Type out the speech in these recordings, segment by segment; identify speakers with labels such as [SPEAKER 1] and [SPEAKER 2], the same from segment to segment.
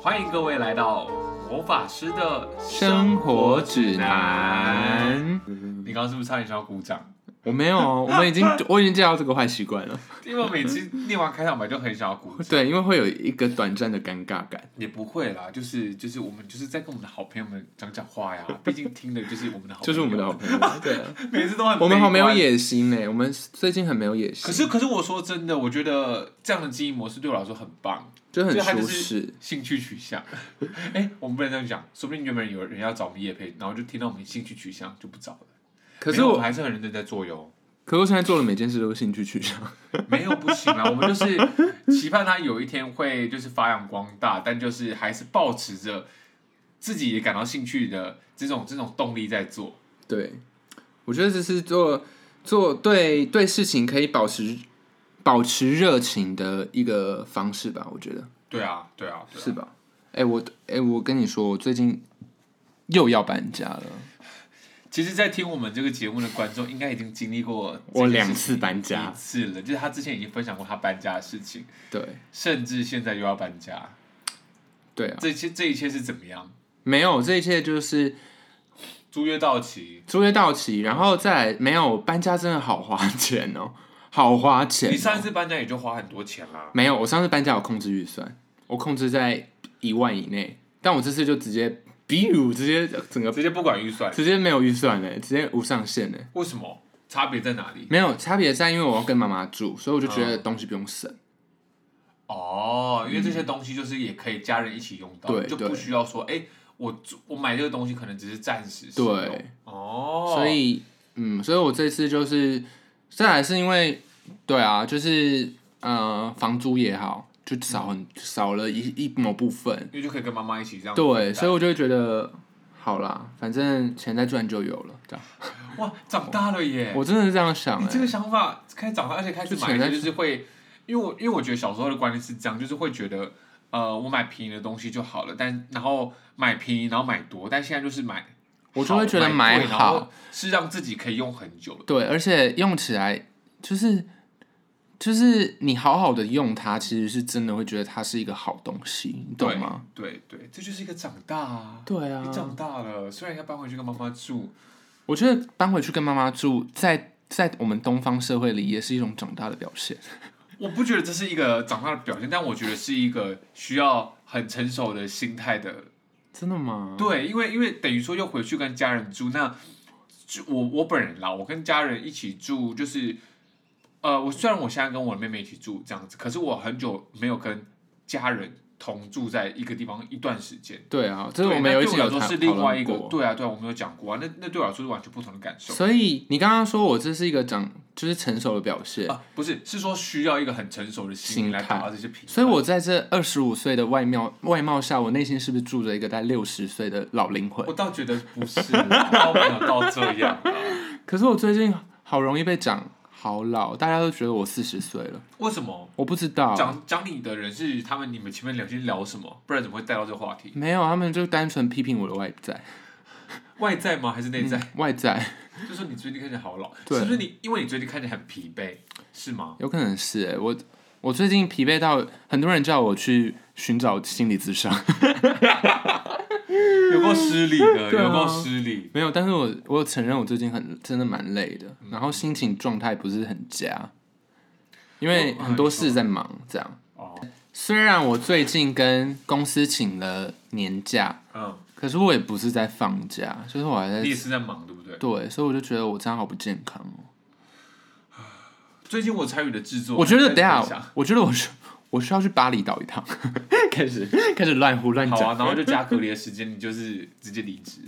[SPEAKER 1] 欢迎各位来到魔法师的
[SPEAKER 2] 生活指
[SPEAKER 1] 南。
[SPEAKER 2] 南。
[SPEAKER 1] 你刚刚是不是差点想要鼓掌？
[SPEAKER 2] 我没有，我们 已经我已经戒掉这个坏习惯了。
[SPEAKER 1] 因为我每次念完开场白就很想要 鼓掌。
[SPEAKER 2] 对，因为会有一个短暂的尴尬感。
[SPEAKER 1] 也不会啦，就是就是我们就是在跟我们的好朋友们讲讲话 呀，毕竟听的就是我们的好朋友，
[SPEAKER 2] 就是我们的好朋 友，对，啊
[SPEAKER 1] 每次都很
[SPEAKER 2] 我们好没有
[SPEAKER 1] 悲观。
[SPEAKER 2] 野心欸呢、我们最近很没有野心，
[SPEAKER 1] 可是可是我说真的，我觉得这样的经营模式对我来说很棒，
[SPEAKER 2] 就很
[SPEAKER 1] 就它就
[SPEAKER 2] 舒
[SPEAKER 1] 是
[SPEAKER 2] 适。
[SPEAKER 1] 兴趣取 向。哎、我们不能这样讲，说不定原本有人要找我们叶配，然后就听到我们兴趣取向就不找了。
[SPEAKER 2] 可
[SPEAKER 1] 没
[SPEAKER 2] 是
[SPEAKER 1] 有
[SPEAKER 2] 我
[SPEAKER 1] 们，还是很认真在做哟，
[SPEAKER 2] 可是我现在做的每件事都是兴趣取向。
[SPEAKER 1] 没有不行啦，我们就是期盼它有一天会就是发扬光大，但就是还是保持着自己也感到兴趣的这种这种动力在做。
[SPEAKER 2] 对，我觉得这是做做对对事情可以保持保持热情的一个方式吧，我觉得
[SPEAKER 1] 对啊，对啊，对啊
[SPEAKER 2] 是吧？哎、我哎、我跟你说，我最近又要搬家了，
[SPEAKER 1] 其实，在听我们这个节目的观众，应该已经经历过
[SPEAKER 2] 我两次搬
[SPEAKER 1] 这件
[SPEAKER 2] 家
[SPEAKER 1] 事情一次了，就是他之前已经分享过他搬家的事情，
[SPEAKER 2] 对
[SPEAKER 1] 甚至现在又要搬家，
[SPEAKER 2] 对啊，
[SPEAKER 1] 这些这一切是怎么样？
[SPEAKER 2] 没有，这一切就是
[SPEAKER 1] 租约到期，
[SPEAKER 2] 租约到期，然后再来没有搬家，真的好花钱哦，好花钱哦、
[SPEAKER 1] 你上一次搬家也就花很多钱啦。
[SPEAKER 2] 没有，我上次搬家有控制预算，我控制在一万以内，但我这次就直接，比如直接整个
[SPEAKER 1] 直接不管预算，
[SPEAKER 2] 直接没有预算嘞，直接无上限嘞。
[SPEAKER 1] 为什么？差别在哪里？
[SPEAKER 2] 没有差别在，因为我要跟妈妈住，所以我就觉得东西不用省。
[SPEAKER 1] 哦，因为这些东西就是也可以家人一起用到，
[SPEAKER 2] 嗯对
[SPEAKER 1] 就不
[SPEAKER 2] 对
[SPEAKER 1] 需要说，哎、我租我买这个东西可能只是暂时使用
[SPEAKER 2] 对，
[SPEAKER 1] 哦，
[SPEAKER 2] 所以嗯，所以我这次就是，再来是因为，对啊，就是呃，房租也好，就少很少了一一某部分。
[SPEAKER 1] 因为就可以跟妈妈一起这样
[SPEAKER 2] 对，所以
[SPEAKER 1] 以
[SPEAKER 2] 我就会觉得，好啦，反正钱再赚就有了，这样。
[SPEAKER 1] 哇，长大了耶！
[SPEAKER 2] 我真的是这样想、
[SPEAKER 1] 你这个
[SPEAKER 2] 欸。
[SPEAKER 1] 想法开始长大，而且开始
[SPEAKER 2] 就
[SPEAKER 1] 买
[SPEAKER 2] 潜
[SPEAKER 1] 一些
[SPEAKER 2] 在
[SPEAKER 1] 就是会，因为我因为我觉得小时候的观念是这样，就是会觉得，呃，我买便宜的东西就好了，但然后买便宜，然后买多，但现在就是买好，
[SPEAKER 2] 我就会觉得
[SPEAKER 1] 买
[SPEAKER 2] 买
[SPEAKER 1] 贵然
[SPEAKER 2] 好
[SPEAKER 1] 后是让自己可以用很久的。
[SPEAKER 2] 对，而且用起来就是就是你好好的用它，其实是真的会觉得它是一个好东西，你懂吗？
[SPEAKER 1] 对对，这就是一个长大啊。
[SPEAKER 2] 对
[SPEAKER 1] 你长大了，虽然要搬回去跟妈妈住，
[SPEAKER 2] 我觉得搬回去跟妈妈住，在在我们东方社会里也是一种长大的表现。
[SPEAKER 1] 我不觉得这是一个长大的表现，但我觉得是一个需要很成熟的心态的。
[SPEAKER 2] 真的吗？
[SPEAKER 1] 对，因为因为等于说又回去跟家人住，那就我我本人啦，我跟家人一起住，就是呃，我虽然我现在跟我的妹妹一起住这样子，可是我很久没有跟家人同住在一个地方一段时间。
[SPEAKER 2] 对啊，这
[SPEAKER 1] 对
[SPEAKER 2] 是我们有一
[SPEAKER 1] 那
[SPEAKER 2] 集
[SPEAKER 1] 对我
[SPEAKER 2] 有
[SPEAKER 1] 来说
[SPEAKER 2] 谈
[SPEAKER 1] 是另外一
[SPEAKER 2] 讨
[SPEAKER 1] 个
[SPEAKER 2] 论，过
[SPEAKER 1] 对啊对啊，我们有讲过啊，那那对我来说是完全不同的感受。
[SPEAKER 2] 所以你刚刚说我这是一个长，就是成熟的表现。
[SPEAKER 1] 啊，不是，是说需要一个很成熟的心
[SPEAKER 2] 心
[SPEAKER 1] 来
[SPEAKER 2] 态
[SPEAKER 1] 达到这些平衡。
[SPEAKER 2] 所以，我在这二十五岁的外貌外貌下，我内心是不是住着一个在六十岁的老灵魂
[SPEAKER 1] 我？倒觉得不是啦， 倒没有到这样啊啦。
[SPEAKER 2] 可是我最近好容易被讲好老，大家都觉得我四十岁了，
[SPEAKER 1] 为什么
[SPEAKER 2] 我不知道。
[SPEAKER 1] 讲讲你的人是他们？你们前面聊天聊什么？不然怎么会带到这个话题？
[SPEAKER 2] 没有，他们就单纯批评我的外 在，
[SPEAKER 1] 外在吗？还是内在？
[SPEAKER 2] 外在
[SPEAKER 1] 就说你最近看起来好老，
[SPEAKER 2] 嗯对
[SPEAKER 1] 是不是你？因为你最近看起来很疲惫，是吗？
[SPEAKER 2] 有可能是、欸、我，我最近疲惫到很多人叫我去寻找心理咨商，
[SPEAKER 1] 有够失礼的，
[SPEAKER 2] 对啊
[SPEAKER 1] 有够失礼。
[SPEAKER 2] 没有，但是我我有承认我最近很真的蛮累的，
[SPEAKER 1] 嗯
[SPEAKER 2] 然后心情状态不是很佳，因为
[SPEAKER 1] 我
[SPEAKER 2] 很多事在忙这样。
[SPEAKER 1] 哦，
[SPEAKER 2] 虽然我最近跟公司请了年假，
[SPEAKER 1] 嗯，
[SPEAKER 2] 可是我也不是在放假，就是我还在
[SPEAKER 1] 你也是在忙，对不对？
[SPEAKER 2] 对，所以我就觉得我这样好不健康哦。
[SPEAKER 1] 最近我参与的制作，
[SPEAKER 2] 我觉得
[SPEAKER 1] 再
[SPEAKER 2] 等一
[SPEAKER 1] 分享
[SPEAKER 2] 下，我觉得我需我需要去巴厘岛一趟， 开始开始乱胡乱
[SPEAKER 1] 好啊，
[SPEAKER 2] 讲。
[SPEAKER 1] 然后就加隔离的时间，你就是直接离职。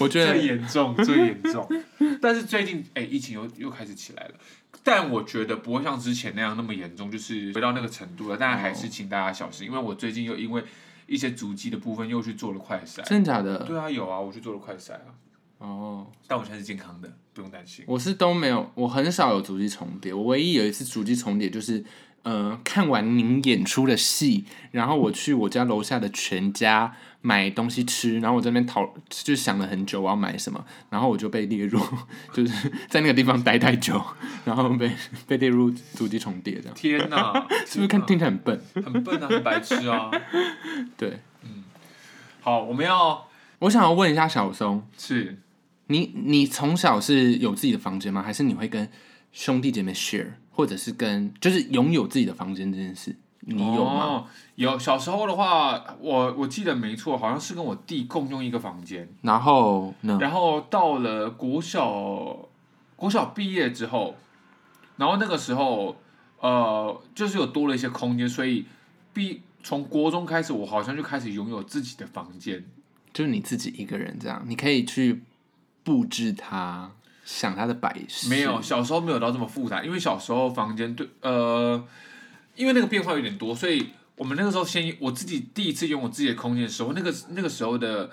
[SPEAKER 2] 我觉
[SPEAKER 1] 最
[SPEAKER 2] 得
[SPEAKER 1] 严重，最严重。 但是最近，哎、疫情又又开始起来了，但我觉得不会像之前那样那么严重，就是回到那个程度了。但还
[SPEAKER 2] 哦
[SPEAKER 1] 是请大家小心，因为我最近又因为一些足迹的部分又去做了快筛。
[SPEAKER 2] 真的假的
[SPEAKER 1] 对啊，有啊，我去做了快筛啊，
[SPEAKER 2] 哦，
[SPEAKER 1] 但我现在是健康的，不用担心。
[SPEAKER 2] 我是都没有，我很少有足迹重叠。我唯一有一次足迹重叠就是呃看完您演出的戏，然后我去我家楼下的全家买东西吃，然后我这边讨就想了很久我要买什么，然后我就被列入 就是在那个地方待太久，然后被被列入主机重叠这样，
[SPEAKER 1] 天哪，
[SPEAKER 2] 是不是
[SPEAKER 1] 嗯
[SPEAKER 2] 看听起来很笨？
[SPEAKER 1] 很笨啊，很白痴啊？
[SPEAKER 2] 对，
[SPEAKER 1] 好，我们要
[SPEAKER 2] 我想要问一下小松，
[SPEAKER 1] 是
[SPEAKER 2] 你你从小是有自己的房间吗？还是你会跟兄弟姐妹 share，或者是跟就是拥有自己的房间这件事，你有吗？
[SPEAKER 1] 哦有，小时候的话，我我记得没错，好像是跟我弟共用一个房间。
[SPEAKER 2] 然后呢？
[SPEAKER 1] 然后到了国小，国小毕业之后，然后那个时候，呃，就是有多了一些空间，所以毕从国中开始，我好像就开始拥有自己的房间。
[SPEAKER 2] 就是你自己一个人这样，你可以去布置它，想它的摆饰。
[SPEAKER 1] 没有，小时候没有到这么复杂，因为小时候房间对，呃，因为那个变化有点多，所以我们那个时候先我自己第一次用我自己的空间的时候，那个那个时候的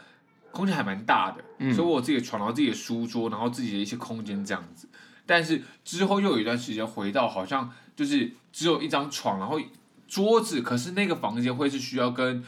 [SPEAKER 1] 空间还蛮大的，所以我有自己的床，然后自己的书桌，然后自己的一些空间这样子。但是之后又有一段时间回到好像就是只有一张床，然后桌子，可是那个房间会是需要跟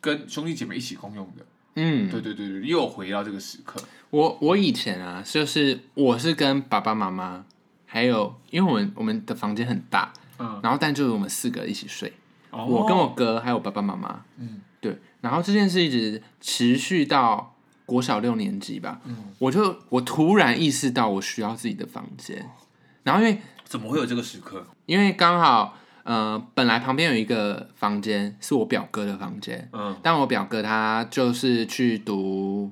[SPEAKER 1] 跟兄弟姐妹一起共用的。
[SPEAKER 2] 嗯，
[SPEAKER 1] 对对对对，又回到这个时刻。
[SPEAKER 2] 我我以前啊，就是我是跟爸爸妈妈，还有因为我们我们的房间很大，
[SPEAKER 1] 嗯，
[SPEAKER 2] 然后但就是我们四个一起睡，
[SPEAKER 1] 哦
[SPEAKER 2] 我跟我哥还有爸爸妈妈，
[SPEAKER 1] 嗯，
[SPEAKER 2] 对，然后这件事一直持续到国小六年级吧，
[SPEAKER 1] 嗯，
[SPEAKER 2] 我就我突然意识到我需要自己的房间，然后因为
[SPEAKER 1] 怎么会有这个时刻？
[SPEAKER 2] 因为刚好呃本来旁边有一个房间是我表哥的房间，
[SPEAKER 1] 嗯，
[SPEAKER 2] 但我表哥他就是去读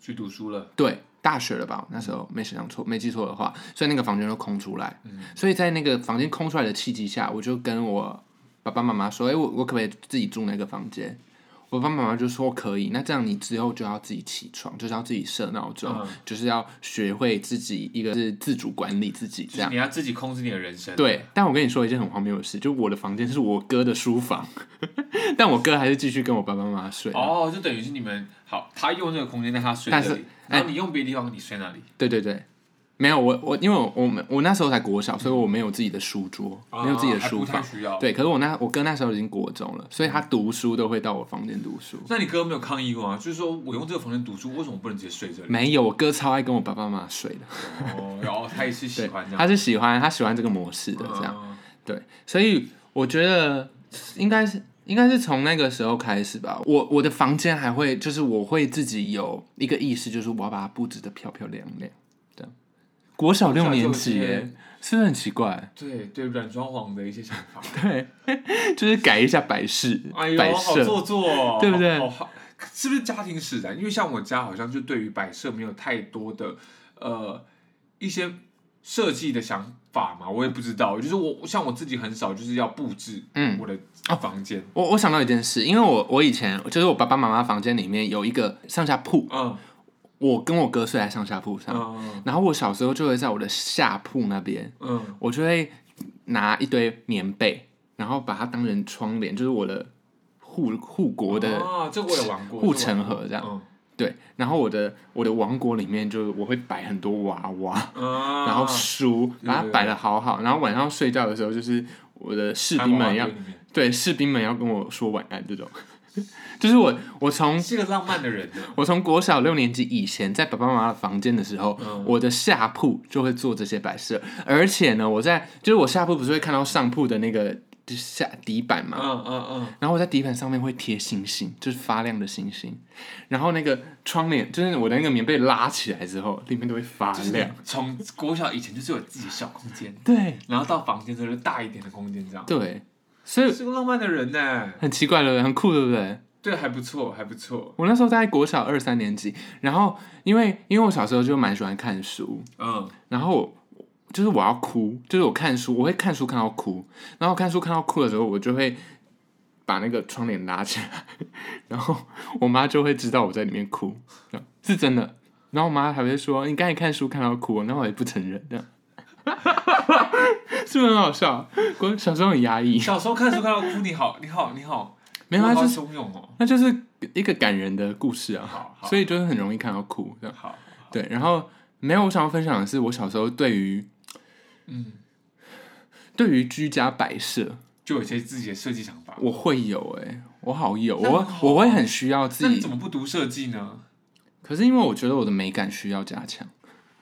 [SPEAKER 1] 去读书了。
[SPEAKER 2] 对大学了吧？那时候没想错，没记错的话，所以那个房间就空出来。
[SPEAKER 1] 嗯
[SPEAKER 2] 所以在那个房间空出来的契机下，我就跟我爸爸妈妈说：“哎、我我可不可以自己住那个房间？”我爸爸妈妈就说可以，那这样你之后就要自己起床，就是要自己设闹钟，
[SPEAKER 1] 嗯
[SPEAKER 2] 就是要学会自己一个是自主管理自己这
[SPEAKER 1] 就是
[SPEAKER 2] 样。
[SPEAKER 1] 你要自己控制你的人生。，
[SPEAKER 2] 对，但我跟你说一件很荒谬的事，就我的房间是我哥的书房， 但我哥还是继续跟我爸爸妈妈睡。
[SPEAKER 1] 哦，就等于是你们好，他用这个空间，但他睡
[SPEAKER 2] 但是哎
[SPEAKER 1] 这里，然后你用别的地方，你睡那里。
[SPEAKER 2] 对对对，没有我我因为我我们我那时候才国小，所以我没有自己的书桌，哦没有自己的
[SPEAKER 1] 啊还
[SPEAKER 2] 书
[SPEAKER 1] 不太
[SPEAKER 2] 房。
[SPEAKER 1] 需要。，
[SPEAKER 2] 对，可是我那我哥那时候已经国中了，所以他读书都会到我房间读书。
[SPEAKER 1] 那你哥没有抗议过吗？就是说我用这个房间读书，为什么不能直接睡这里？
[SPEAKER 2] 没有，我哥超爱跟我爸爸妈妈睡的，
[SPEAKER 1] 哦，然后他也是喜
[SPEAKER 2] 对
[SPEAKER 1] 欢这，样。嗯哦
[SPEAKER 2] 他是喜欢他喜欢这个模式的这样，
[SPEAKER 1] 样，
[SPEAKER 2] 对，所以我觉得应该是应该是从那个时候开始吧。我我的房间还会就是我会自己有一个意识，就是我要把它布置的漂漂亮亮，这样。国小六年级
[SPEAKER 1] 国小就有
[SPEAKER 2] 耶，是不是很奇怪？
[SPEAKER 1] 对对，软装潢的一些想法。
[SPEAKER 2] 对，就是改一下摆饰
[SPEAKER 1] 哎、呦，
[SPEAKER 2] 摆
[SPEAKER 1] 好
[SPEAKER 2] 设。
[SPEAKER 1] 做作、哦，
[SPEAKER 2] 对不对
[SPEAKER 1] 好好是不是家庭使然？因为像我家好像就对于摆设没有太多的呃一些设计的想法嘛，我也不知道。就是我像我自己很少就是要布置
[SPEAKER 2] 嗯
[SPEAKER 1] 我的房间，
[SPEAKER 2] 我我想到一件事，因为我我以前就是我爸爸妈妈房间里面有一个上下铺，
[SPEAKER 1] 嗯
[SPEAKER 2] 我跟我哥睡在上下铺上，
[SPEAKER 1] 嗯
[SPEAKER 2] 然后我小时候就会在我的下铺那边，
[SPEAKER 1] 嗯
[SPEAKER 2] 我就会拿一堆棉被，然后把它当成窗帘，就是我的护护国的
[SPEAKER 1] 啊，这个我也玩过，嗯这
[SPEAKER 2] 护
[SPEAKER 1] 个我
[SPEAKER 2] 城河这样。
[SPEAKER 1] 玩过
[SPEAKER 2] 对，然后我的我的王国里面就是我会摆很多娃娃，
[SPEAKER 1] 嗯啊，
[SPEAKER 2] 然后书，
[SPEAKER 1] 对
[SPEAKER 2] 把它
[SPEAKER 1] 对
[SPEAKER 2] 摆的好好，然后晚上睡觉的时候，就是我的士
[SPEAKER 1] 看
[SPEAKER 2] 兵
[SPEAKER 1] 娃娃
[SPEAKER 2] 们要
[SPEAKER 1] 堆里面
[SPEAKER 2] 对士兵们要跟我说晚安这种， 就是我我从
[SPEAKER 1] 是个浪漫的人呢，
[SPEAKER 2] 我从国小六年级以前，在爸爸妈妈的房间的时候，
[SPEAKER 1] 嗯
[SPEAKER 2] 我的下铺就会做这些摆设，而且呢，我在就是我下铺不是会看到上铺的那个就是下底板嘛，
[SPEAKER 1] 嗯嗯嗯，
[SPEAKER 2] 然后我在底板上面会贴星星，就是发亮的星星，然后那个窗帘就是我的那个棉被拉起来之后，里面都会发
[SPEAKER 1] 就是
[SPEAKER 2] 亮，
[SPEAKER 1] 从国小以前就是有自己的小空间，
[SPEAKER 2] 对
[SPEAKER 1] 然后到房间之后就大一点的空间这样，
[SPEAKER 2] 对，所以
[SPEAKER 1] 是个浪漫的人呢。
[SPEAKER 2] 很奇怪对不对？很酷，对不对？
[SPEAKER 1] 对，还不错，还不错。
[SPEAKER 2] 我那时候大概国小二三年级，然后因为因为我小时候就蛮喜欢看书，
[SPEAKER 1] 嗯，
[SPEAKER 2] 然后我就是我要哭，就是我看书，我会看书看到哭，然后看书看到哭的时候，我就会把那个窗帘拉起来， 然后我妈就会知道我在里面哭，这样是真的。然后我妈还会说：“你刚才看书看到哭哦，那我也不承认。”这样， 是不是很好笑？我小时候很压抑，
[SPEAKER 1] 小时候看书看到哭，你好，你好，你好，
[SPEAKER 2] 没有，
[SPEAKER 1] 我
[SPEAKER 2] 那
[SPEAKER 1] 好
[SPEAKER 2] 就是
[SPEAKER 1] 汹涌哦。
[SPEAKER 2] 那就是一个感人的故事啊。
[SPEAKER 1] 好好
[SPEAKER 2] 所以就是很容易看到哭这样。
[SPEAKER 1] 好，
[SPEAKER 2] 对，然后没有，我想要分享的是，我小时候对于
[SPEAKER 1] 嗯，
[SPEAKER 2] 对于居家摆设，
[SPEAKER 1] 就有一些自己的设计想法。
[SPEAKER 2] 我会有哎、我好有，
[SPEAKER 1] 那
[SPEAKER 2] 我
[SPEAKER 1] 很好啊
[SPEAKER 2] 我会很需要
[SPEAKER 1] 那
[SPEAKER 2] 自
[SPEAKER 1] 你怎
[SPEAKER 2] 己，
[SPEAKER 1] 么不读设计呢？
[SPEAKER 2] 可是因为我觉得我的美感需要加强。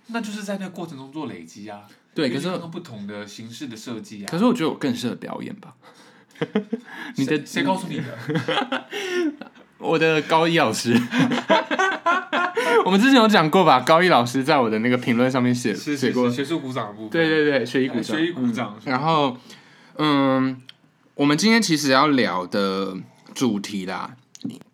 [SPEAKER 1] 那就是在那个过程中做累积啊。
[SPEAKER 2] 对，
[SPEAKER 1] 就
[SPEAKER 2] 可是
[SPEAKER 1] 看看不同的形式的设计啊。
[SPEAKER 2] 可是我觉得我更适合表演吧。你的
[SPEAKER 1] 谁谁告诉你 的？
[SPEAKER 2] 我的高一 老师， 我们之前有讲过吧？高一老师在我的那个评论上面写
[SPEAKER 1] 是
[SPEAKER 2] 写
[SPEAKER 1] 是
[SPEAKER 2] 过
[SPEAKER 1] 是，学术鼓掌的部分。哎
[SPEAKER 2] 对对对，学艺鼓掌，
[SPEAKER 1] 学艺鼓掌
[SPEAKER 2] 嗯然后，嗯，我们今天其实要聊的主题啦，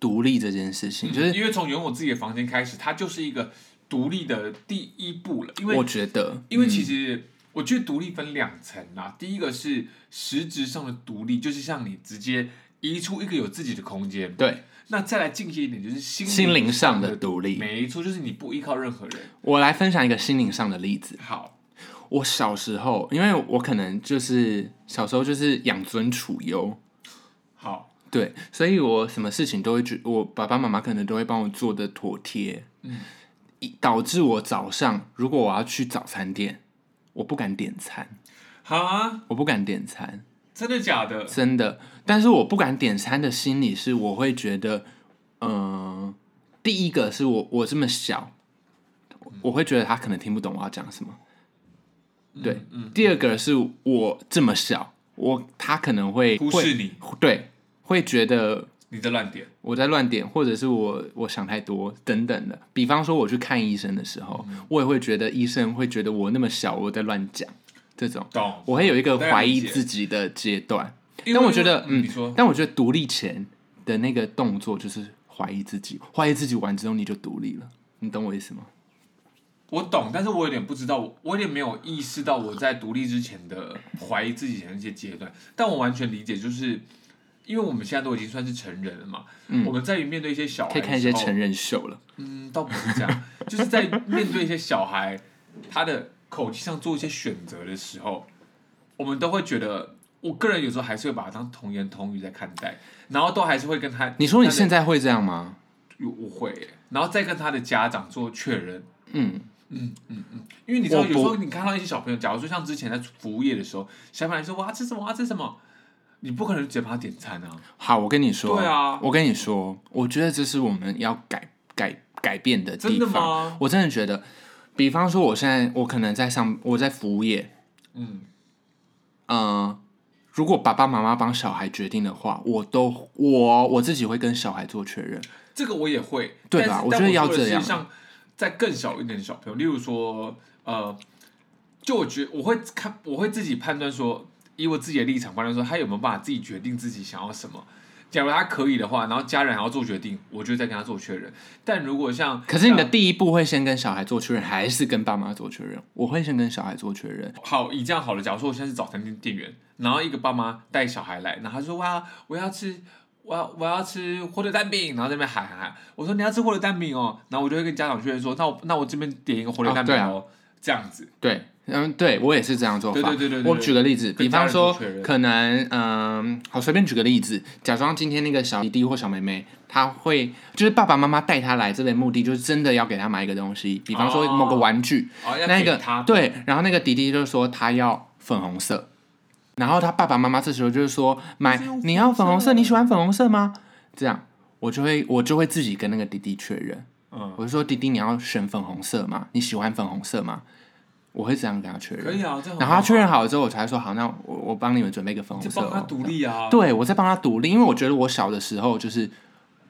[SPEAKER 2] 独立这件事情，就是
[SPEAKER 1] 因为从拥有自己的房间开始，它就是一个独立的第一步了。因为
[SPEAKER 2] 我觉得，嗯
[SPEAKER 1] 因为其实我觉得独立分两层啦，第一个是实质上的独立，就是像你直接移出一个有自己的空间。
[SPEAKER 2] 对
[SPEAKER 1] 那再来进阶一点，就是心
[SPEAKER 2] 心灵上的
[SPEAKER 1] 的
[SPEAKER 2] 独立，
[SPEAKER 1] 没错，就是你不依靠任何人。
[SPEAKER 2] 我来分享一个心灵上的例子。
[SPEAKER 1] 好，
[SPEAKER 2] 我小时候，因为我可能就是小时候就是养尊处优，
[SPEAKER 1] 好，
[SPEAKER 2] 对，所以我什么事情都会觉，我爸爸妈妈可能都会帮我做的妥帖，
[SPEAKER 1] 嗯
[SPEAKER 2] 以，导致我早上如果我要去早餐店，我不敢点餐，
[SPEAKER 1] 哈，
[SPEAKER 2] 我不敢点餐，
[SPEAKER 1] 真的假的？
[SPEAKER 2] 真的。但是我不敢点餐的心理是，我会觉得，嗯、第一个是我我这么小，我会觉得他可能听不懂我要讲什么。对，
[SPEAKER 1] 嗯，
[SPEAKER 2] 第二个是我这么小，我他可能会
[SPEAKER 1] 忽视你，
[SPEAKER 2] 会对，会觉得
[SPEAKER 1] 你在乱点。
[SPEAKER 2] 我在乱点，或者是我我想太多等等的。比方说我去看医生的时候，
[SPEAKER 1] 嗯
[SPEAKER 2] 我也会觉得医生会觉得我那么小，我在乱讲这种，
[SPEAKER 1] 懂，
[SPEAKER 2] 我会有一个
[SPEAKER 1] 大概
[SPEAKER 2] 怀疑
[SPEAKER 1] 理解
[SPEAKER 2] 自己的阶段。
[SPEAKER 1] 因为
[SPEAKER 2] 但我觉得
[SPEAKER 1] 因，为
[SPEAKER 2] 嗯，
[SPEAKER 1] 你说
[SPEAKER 2] 但我觉得独立前的那个动作就是怀疑自己，怀疑自己完之后你就独立了，你懂我意思吗？
[SPEAKER 1] 我懂，但是我有点不知道，我有点没有意识到我在独立之前的怀疑自己的那些阶段。但我完全理解，就是因为我们现在都已经算是成人了嘛，我们在于面对一些小
[SPEAKER 2] 嗯可
[SPEAKER 1] 孩
[SPEAKER 2] 以看
[SPEAKER 1] 的
[SPEAKER 2] 一
[SPEAKER 1] 时
[SPEAKER 2] 些
[SPEAKER 1] 候，
[SPEAKER 2] 成人秀了，
[SPEAKER 1] 嗯，倒不是这样，就是在面对一些小孩他的口气上做一些选择的时候，我们都会觉得，我个人有时候还是会把他当童言童语在看待，然后都还是会跟他，
[SPEAKER 2] 你说你
[SPEAKER 1] 他的
[SPEAKER 2] 现在会这样吗？
[SPEAKER 1] 我会耶，然后再跟他的家长做确认。
[SPEAKER 2] 嗯，
[SPEAKER 1] 嗯嗯嗯，因为你知道，
[SPEAKER 2] 我
[SPEAKER 1] 有
[SPEAKER 2] 不
[SPEAKER 1] 时候你看到一些小朋友，假如说像之前在服务业的时候，小朋友说我要吃什么，我要吃什么，你不可能直接帮他点餐啊。
[SPEAKER 2] 好，我跟你说，
[SPEAKER 1] 对啊
[SPEAKER 2] 我跟你说，我觉得这是我们要改改改变的地
[SPEAKER 1] 真的
[SPEAKER 2] 方。
[SPEAKER 1] 吗？
[SPEAKER 2] 我真的觉得，比方说，我现在我可能在上，我在服务业，
[SPEAKER 1] 嗯，
[SPEAKER 2] 嗯、如果爸爸妈妈帮小孩决定的话，我都我我自己会跟小孩做确认。
[SPEAKER 1] 这个我也会，
[SPEAKER 2] 对吧
[SPEAKER 1] 但是
[SPEAKER 2] 我
[SPEAKER 1] 但
[SPEAKER 2] 觉得要
[SPEAKER 1] 说的
[SPEAKER 2] 这
[SPEAKER 1] 是
[SPEAKER 2] 样
[SPEAKER 1] 像在更小一点的小朋友，例如说，呃，就我觉我会看，我会自己判断说，以我自己的立场判断说，他有没有办法自己决定自己想要什么。假如他可以的话，然后家人还要做决定，我就再跟他做确认。但如果像
[SPEAKER 2] 可是你的第一步会先跟小孩做确认，还是跟爸妈做确认？我会先跟小孩做确认。
[SPEAKER 1] 好，以这样好了，假如说我现在是早餐店店员，然后一个爸妈带小孩来，然后他说我要我要吃我要我要吃火腿蛋饼，然后在那边喊喊喊，我说你要吃火腿蛋饼哦，然后我就会跟家长确认说，那我那我这边点一个火腿
[SPEAKER 2] 哦
[SPEAKER 1] 蛋饼
[SPEAKER 2] 对啊
[SPEAKER 1] 哦，这样子，
[SPEAKER 2] 对，嗯，对我也是这样做法。
[SPEAKER 1] 对对对对对
[SPEAKER 2] 我举个例子，
[SPEAKER 1] 跟
[SPEAKER 2] 比
[SPEAKER 1] 家人
[SPEAKER 2] 方说
[SPEAKER 1] 做确认，
[SPEAKER 2] 可能嗯，好，随便举个例子，假装今天那个小弟弟或小妹妹，他会就是爸爸妈妈带他来这边的目的，就是真的要给他买一个东西，比方说
[SPEAKER 1] 哦
[SPEAKER 2] 某个玩具，
[SPEAKER 1] 哦，要
[SPEAKER 2] 那
[SPEAKER 1] 给
[SPEAKER 2] 个
[SPEAKER 1] 他
[SPEAKER 2] 对，然后那个弟弟就说他要粉红色，然后他爸爸妈妈这时候就是说买
[SPEAKER 1] 是用
[SPEAKER 2] 你要
[SPEAKER 1] 粉
[SPEAKER 2] 粉
[SPEAKER 1] 红
[SPEAKER 2] 红
[SPEAKER 1] 色
[SPEAKER 2] 色，你喜欢粉红色吗？这样我就会我就会自己跟那个弟弟确认。
[SPEAKER 1] 嗯，
[SPEAKER 2] 我就说弟弟，你要选粉红色吗？你喜欢粉红色吗？我会这样跟他确
[SPEAKER 1] 可
[SPEAKER 2] 认，
[SPEAKER 1] 以啊，这很
[SPEAKER 2] 然后他
[SPEAKER 1] 好
[SPEAKER 2] 确认好了之后，我才说好，那我我帮你们准备一个粉
[SPEAKER 1] 就
[SPEAKER 2] 红色、
[SPEAKER 1] 帮他
[SPEAKER 2] 哦。
[SPEAKER 1] 独立啊，
[SPEAKER 2] 对，我在帮他独立，因为我觉得我小的时候就是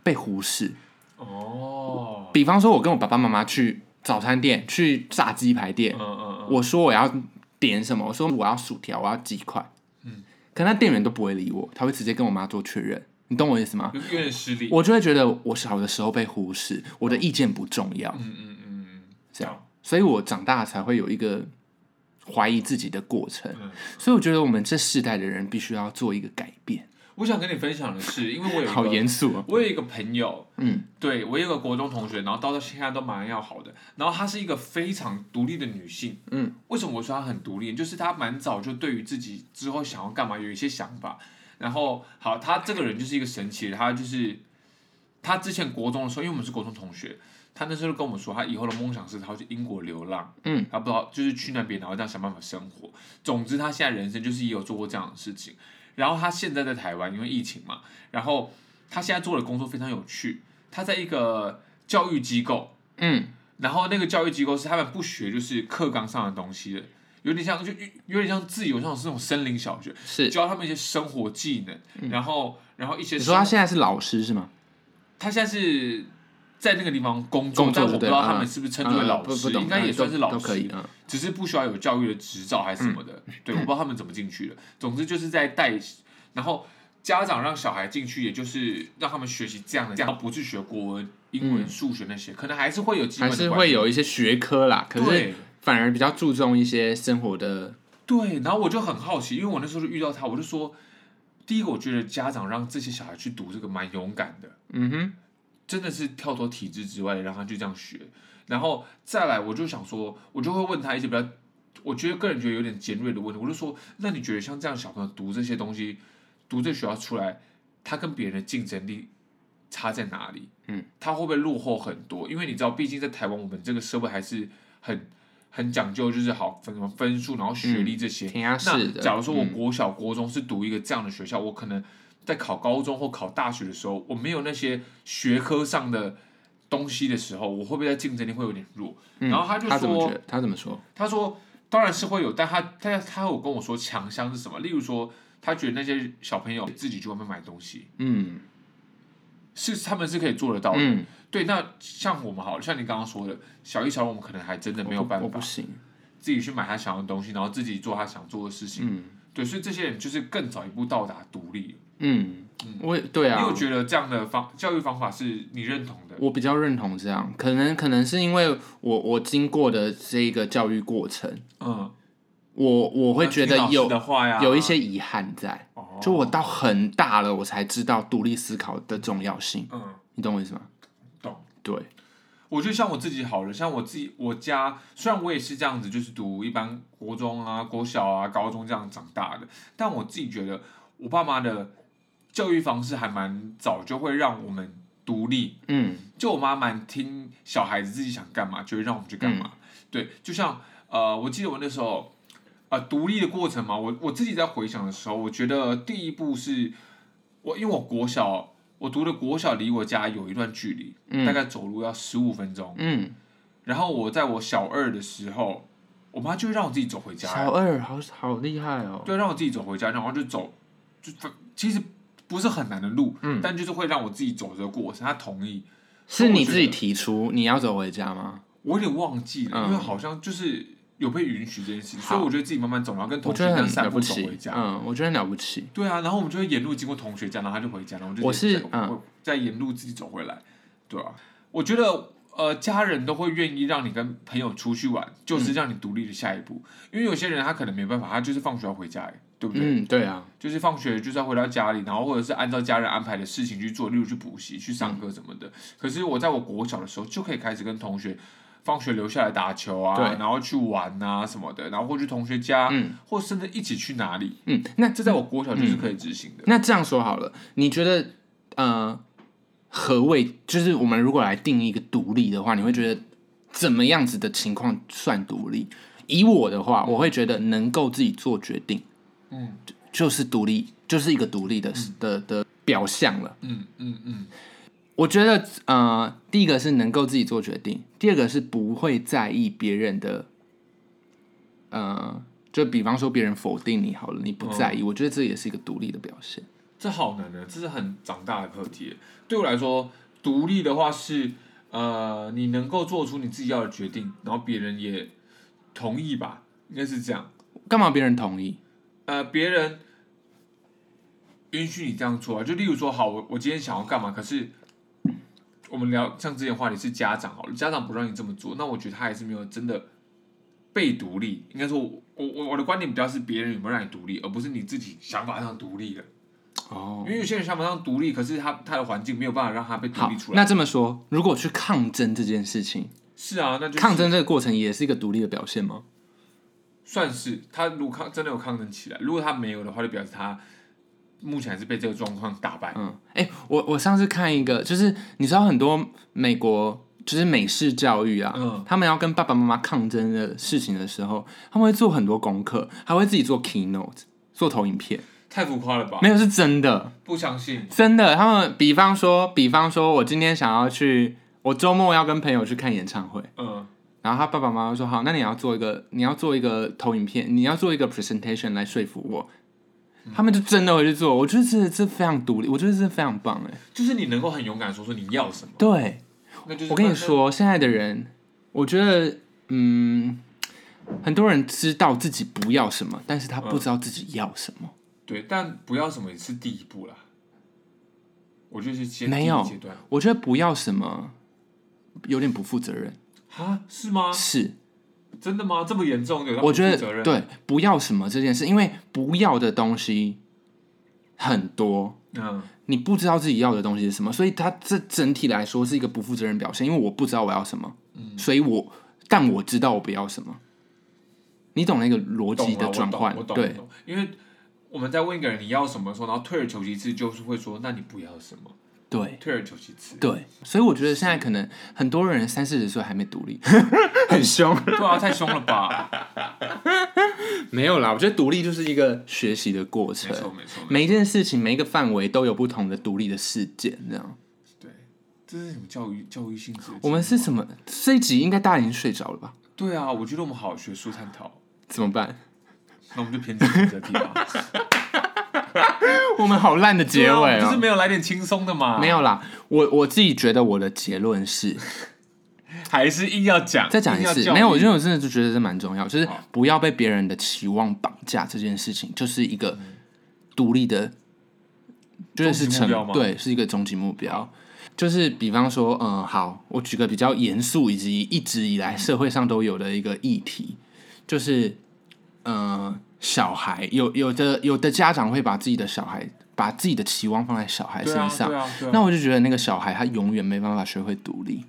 [SPEAKER 2] 被忽视。
[SPEAKER 1] 哦，
[SPEAKER 2] 比方说，我跟我爸爸妈妈去早餐店，去炸鸡排店
[SPEAKER 1] 嗯，嗯嗯，
[SPEAKER 2] 我说我要点什么，我说我要薯条，我要鸡块，
[SPEAKER 1] 嗯
[SPEAKER 2] 嗯，可那店员都不会理我，他会直接跟我妈做确认，你懂我意思吗？
[SPEAKER 1] 有有点失礼，
[SPEAKER 2] 我就会觉得我小的时候被忽视，我的意见不重要。
[SPEAKER 1] 嗯嗯嗯嗯，
[SPEAKER 2] 这样，所以我长大才会有一个怀疑自己的过程。
[SPEAKER 1] 嗯
[SPEAKER 2] 所以我觉得我们这世代的人必须要做一个改变。
[SPEAKER 1] 我想跟你分享的是，因为我有一
[SPEAKER 2] 好
[SPEAKER 1] 个
[SPEAKER 2] 严肃哦，
[SPEAKER 1] 我有一个朋友，
[SPEAKER 2] 嗯，
[SPEAKER 1] 对我有一个国中同学，然后到现在都蛮要好的。然后她是一个非常独立的女性，
[SPEAKER 2] 嗯，
[SPEAKER 1] 为什么我说她很独立？就是她蛮早就对于自己之后想要干嘛有一些想法。然后好，她这个人就是一个神奇的，她就是她之前国中的时候，因为我们是国中同学，她那时候就跟我们说，她以后的梦想是她要去英国流浪，
[SPEAKER 2] 嗯，
[SPEAKER 1] 她不知道就是去那边，然后这样想办法生活。总之，她现在人生就是也有做过这样的事情。然后他现在在台湾，因为疫情嘛，然后他现在做的工作非常有趣，他在一个教育机构，
[SPEAKER 2] 嗯，
[SPEAKER 1] 然后那个教育机构是他们不学就是课纲上的东西的，有点像就有点像自由像是那种森林小学，
[SPEAKER 2] 是。
[SPEAKER 1] 教他们一些生活技能，然后然后一些
[SPEAKER 2] 嗯你说他
[SPEAKER 1] 生活
[SPEAKER 2] 现在是老师是吗？
[SPEAKER 1] 他现在是在那个地方工作，
[SPEAKER 2] 工作
[SPEAKER 1] 但我不
[SPEAKER 2] 就对
[SPEAKER 1] 知
[SPEAKER 2] 了
[SPEAKER 1] 道他们
[SPEAKER 2] 嗯
[SPEAKER 1] 是不是称之为
[SPEAKER 2] 嗯
[SPEAKER 1] 老
[SPEAKER 2] 不
[SPEAKER 1] 师，
[SPEAKER 2] 不懂
[SPEAKER 1] 应该也
[SPEAKER 2] 嗯
[SPEAKER 1] 算是
[SPEAKER 2] 都
[SPEAKER 1] 老
[SPEAKER 2] 都可
[SPEAKER 1] 师
[SPEAKER 2] 以，嗯
[SPEAKER 1] 只是不需要有教育的执照还是什么的。对，我不知道他们怎么进去的。总之就是在带，然后家长让小孩进去，也就是让他们学习这样的，这样不去学国文、英文、
[SPEAKER 2] 嗯
[SPEAKER 1] 数学那些，可能还是会有基本
[SPEAKER 2] 还
[SPEAKER 1] 的
[SPEAKER 2] 是
[SPEAKER 1] 关
[SPEAKER 2] 会
[SPEAKER 1] 系。
[SPEAKER 2] 有一些学科啦，可是
[SPEAKER 1] 对
[SPEAKER 2] 反而比较注重一些生活的，
[SPEAKER 1] 对，然后我就很好奇，因为我那时候就遇到他，我就说，第一个我觉得家长让这些小孩去读这个蛮勇敢的。
[SPEAKER 2] 嗯哼，
[SPEAKER 1] 真的是跳脱体制之外，让他就这样学。然后再来，我就想说，我就会问他一些比较，我觉得个人觉得有点尖锐的问题。我就说，那你觉得像这样小朋友读这些东西，读这学校出来，他跟别人的竞争力差在哪里？
[SPEAKER 2] 嗯，
[SPEAKER 1] 他会不会落后很多？因为你知道，毕竟在台湾，我们这个社会还是很很讲究，就是好分什么分数，然后学历这些。
[SPEAKER 2] 填鸭式
[SPEAKER 1] 那
[SPEAKER 2] 的。
[SPEAKER 1] 假如说我
[SPEAKER 2] 嗯
[SPEAKER 1] 国小、国中是读一个这样的学校，我可能在考高中或考大学的时候，我没有那些学科上的东西的时候，我会不会在竞争力会有点弱？
[SPEAKER 2] 嗯
[SPEAKER 1] 然后他就
[SPEAKER 2] 他怎么
[SPEAKER 1] 说
[SPEAKER 2] 觉得？他怎么说？
[SPEAKER 1] 他说当然是会有，但他他他有跟我说强项是什么，例如说他觉得那些小朋友自己去外面买东西。
[SPEAKER 2] 嗯
[SPEAKER 1] 是他们是可以做得到的，
[SPEAKER 2] 嗯，
[SPEAKER 1] 对。那像我们好了，像你刚刚说的，小一、小二我们可能还真的
[SPEAKER 2] 我
[SPEAKER 1] 没有
[SPEAKER 2] 不
[SPEAKER 1] 办
[SPEAKER 2] 我
[SPEAKER 1] 法
[SPEAKER 2] 不行。
[SPEAKER 1] 自己去买他想要的东西，然后自己做他想做的事情。
[SPEAKER 2] 嗯
[SPEAKER 1] 对，所以这些人就是更早一步到达独立了
[SPEAKER 2] 嗯，我也对
[SPEAKER 1] 你
[SPEAKER 2] 啊
[SPEAKER 1] 有，觉得这样的方教育方法是你认同的？
[SPEAKER 2] 我比较认同这样，可能可能是因为我我经过的这一个教育过程，
[SPEAKER 1] 嗯，
[SPEAKER 2] 我我会
[SPEAKER 1] 那
[SPEAKER 2] 觉
[SPEAKER 1] 听
[SPEAKER 2] 得
[SPEAKER 1] 老师
[SPEAKER 2] 有
[SPEAKER 1] 的话呀，
[SPEAKER 2] 有一些遗憾在，
[SPEAKER 1] 哦，
[SPEAKER 2] 就我到很大了，我才知道独立思考的重要性，
[SPEAKER 1] 嗯，
[SPEAKER 2] 你懂我意思吗？
[SPEAKER 1] 懂。
[SPEAKER 2] 对，
[SPEAKER 1] 我觉得像我自己好了，像我自己我家虽然我也是这样子，就是读一般国中啊、国小啊、高中这样长大的，但我自己觉得我爸妈的教育方式还蛮早就会让我们独立，
[SPEAKER 2] 嗯
[SPEAKER 1] 就我妈蛮听小孩子自己想干嘛，就会让我们去干
[SPEAKER 2] 嗯
[SPEAKER 1] 嘛。对，就像呃，我记得我那时候呃独立的过程嘛，我我自己在回想的时候，我觉得第一步是我因为我国小我读的国小离我家有一段距离，大概走路要十五分钟。
[SPEAKER 2] 嗯，
[SPEAKER 1] 然后我在我小二的时候，我妈就会让我自己走回家，
[SPEAKER 2] 小二好好厉害哦，
[SPEAKER 1] 对，让我自己走回家，然后就走，就其实不是很难的路，
[SPEAKER 2] 嗯
[SPEAKER 1] 但就是会让我自己走这个过程，她同意。
[SPEAKER 2] 是你自己提出你要走回家吗？
[SPEAKER 1] 我有点忘记了，
[SPEAKER 2] 嗯
[SPEAKER 1] 因为好像就是有被允许这件事情，
[SPEAKER 2] 好
[SPEAKER 1] 所以我觉得自己慢慢走，然后跟
[SPEAKER 2] 我
[SPEAKER 1] 同学
[SPEAKER 2] 觉得
[SPEAKER 1] 这
[SPEAKER 2] 很
[SPEAKER 1] 样散
[SPEAKER 2] 了
[SPEAKER 1] 步
[SPEAKER 2] 不
[SPEAKER 1] 走
[SPEAKER 2] 起
[SPEAKER 1] 回，家。
[SPEAKER 2] 嗯，我觉得很了不起，
[SPEAKER 1] 对啊，然后我们就会沿路经过同学家，然后他就回家，然后就
[SPEAKER 2] 我
[SPEAKER 1] 直接
[SPEAKER 2] 是
[SPEAKER 1] 走
[SPEAKER 2] 嗯
[SPEAKER 1] 我再沿路自己走回来，对啊，我觉得呃，家人都会愿意让你跟朋友出去玩，
[SPEAKER 2] 嗯
[SPEAKER 1] 就是让你独立的下一步。因为有些人他可能没办法，他就是放学要回家，欸对不对？
[SPEAKER 2] 嗯，对啊，
[SPEAKER 1] 就是放学就是要回到家里，然后或者是按照家人安排的事情去做，例如去补习、去
[SPEAKER 2] 嗯
[SPEAKER 1] 上课什么的。可是我在我国小的时候就可以开始跟同学放学留下来打球啊
[SPEAKER 2] 对，
[SPEAKER 1] 然后去玩啊什么的，然后或去同学家，
[SPEAKER 2] 嗯
[SPEAKER 1] 或甚至一起去哪里，
[SPEAKER 2] 嗯，那
[SPEAKER 1] 这在我国小就是可以执行的。
[SPEAKER 2] 那这样说好了，你觉得呃，何谓就是我们如果来定义一个独立的话，你会觉得怎么样子的情况算独立？以我的话，我会觉得能够自己做决定，
[SPEAKER 1] 嗯
[SPEAKER 2] 就是独立，就是一个独立的、的的表象了。
[SPEAKER 1] 嗯嗯嗯，
[SPEAKER 2] 我觉得呃，第一个是能够自己做决定，第二个是不会在意别人的，呃，就比方说别人否定你好了，你不在意，
[SPEAKER 1] 哦
[SPEAKER 2] 我觉得这也是一个独立的表现。
[SPEAKER 1] 这好难啊呢，这是很长大的课题。对我来说，独立的话是呃，你能够做出你自己要的决定，然后别人也同意吧，应该是这样。
[SPEAKER 2] 干嘛别人同意？
[SPEAKER 1] 呃，别人允许你这样做啊。就例如说，好，我我今天想要干嘛，可是我们聊像之前话题是家长好了，家长不让你这么做，那我觉得他还是没有真的被独立。应该说我，我我我的观点比较是别人有没有让你独立，而不是你自己想法上独立的。
[SPEAKER 2] 哦
[SPEAKER 1] 因，为有些人想法上独立，可是他他的环境没有办法让他被独
[SPEAKER 2] 好
[SPEAKER 1] 立，出来。
[SPEAKER 2] 那这么说，如果去抗争这件事情，
[SPEAKER 1] 是啊，那就是
[SPEAKER 2] 抗争这个过程也是一个独立的表现吗？
[SPEAKER 1] 算是他如果抗真的有抗争起来，如果他没有的话，就表示他目前还是被这个状况打败。
[SPEAKER 2] 嗯，哎、我我上次看一个，就是你知道很多美国就是美式教育啊，
[SPEAKER 1] 嗯
[SPEAKER 2] 他们要跟爸爸妈妈抗争的事情的时候，他们会做很多功课，还会自己做 keynote，做投影片。
[SPEAKER 1] 太浮夸了吧？
[SPEAKER 2] 没有是真的，
[SPEAKER 1] 不相信，
[SPEAKER 2] 真的。他们比方说，比方说我今天想要去，我周末要跟朋友去看演唱会，
[SPEAKER 1] 嗯，
[SPEAKER 2] 然后他爸爸妈妈说好，那你要做一个，你要做一个投影片，你要做一个 presentation 来说服我。他们就真的会去做，我觉得这这非常独立，我觉得这非常棒哎。
[SPEAKER 1] 就是你能够很勇敢地说出你要什么，
[SPEAKER 2] 对，
[SPEAKER 1] 那就是
[SPEAKER 2] 我跟你，说，现在的人，我觉得，嗯，很多人知道自己不要什么，但是他不知道自己要什么。
[SPEAKER 1] 对，但不要什么也是第一步啦。我就是先
[SPEAKER 2] 没
[SPEAKER 1] 第一
[SPEAKER 2] 有
[SPEAKER 1] 阶段
[SPEAKER 2] 我觉得不要什么有点不负责任，
[SPEAKER 1] 啊？是吗？
[SPEAKER 2] 是，
[SPEAKER 1] 真的吗？这么严重有到
[SPEAKER 2] 我觉
[SPEAKER 1] 不负责
[SPEAKER 2] 得
[SPEAKER 1] 任
[SPEAKER 2] 对，不要什么这件事，因为不要的东西很多。
[SPEAKER 1] 嗯，
[SPEAKER 2] 你不知道自己要的东西是什么，所以它这整体来说是一个不负责任表现。因为我不知道我要什么，
[SPEAKER 1] 嗯
[SPEAKER 2] 所以我但我知道我不要什么。你懂那个逻
[SPEAKER 1] 懂
[SPEAKER 2] 辑
[SPEAKER 1] 了
[SPEAKER 2] 的转换
[SPEAKER 1] 我，懂，我懂，我
[SPEAKER 2] 对，
[SPEAKER 1] 懂。因为我们在问一个人你要什么的时候，然后退而求其次，就是会说，那你不要什么？
[SPEAKER 2] 对
[SPEAKER 1] 退而求其次，
[SPEAKER 2] 对，所以我觉得现在可能很多人三四十岁还没 独立，很凶。
[SPEAKER 1] 对啊，太凶了 吧？
[SPEAKER 2] 没有啦，我觉得独立就是一个学习的过
[SPEAKER 1] 没错，
[SPEAKER 2] 程，
[SPEAKER 1] 没错，没错
[SPEAKER 2] 每一件事情、每一个范围都有不同的独立的事件。这样，
[SPEAKER 1] 对，这是什么教育教育性质的节目啊？
[SPEAKER 2] 我们是什么？这一集应该大家已经睡着了吧？
[SPEAKER 1] 对啊，我觉得我们好学术探讨，
[SPEAKER 2] 怎么办？
[SPEAKER 1] 那我们就偏进这题吧。
[SPEAKER 2] 我们好烂的 结
[SPEAKER 1] 对
[SPEAKER 2] 尾
[SPEAKER 1] 啊就是
[SPEAKER 2] 哦。
[SPEAKER 1] 没有来点轻松的嘛？
[SPEAKER 2] 没，有啦，我我自己觉得我的结论是，
[SPEAKER 1] 还是硬要讲，
[SPEAKER 2] 再讲一
[SPEAKER 1] 硬要
[SPEAKER 2] 次，
[SPEAKER 1] 教育哦
[SPEAKER 2] 没有，我因为我真的就觉得这蛮重要，就是
[SPEAKER 1] 好
[SPEAKER 2] 不要被别人的期望绑架这件事情，就是一个独立的，就是是
[SPEAKER 1] 嗯终极目
[SPEAKER 2] 成
[SPEAKER 1] 标吗
[SPEAKER 2] 对，是一个终极目标。就是比方说，嗯，好，我举个比较严肃以及一直以
[SPEAKER 1] 嗯
[SPEAKER 2] 来社会上都有的一个议题，就是，嗯，小孩有有的有的家长会把自己的小孩把自己的期望放在小孩身
[SPEAKER 1] 对啊，
[SPEAKER 2] 上，
[SPEAKER 1] 对啊，对啊。
[SPEAKER 2] 那我就觉得那个小孩他永远没办法学会独立。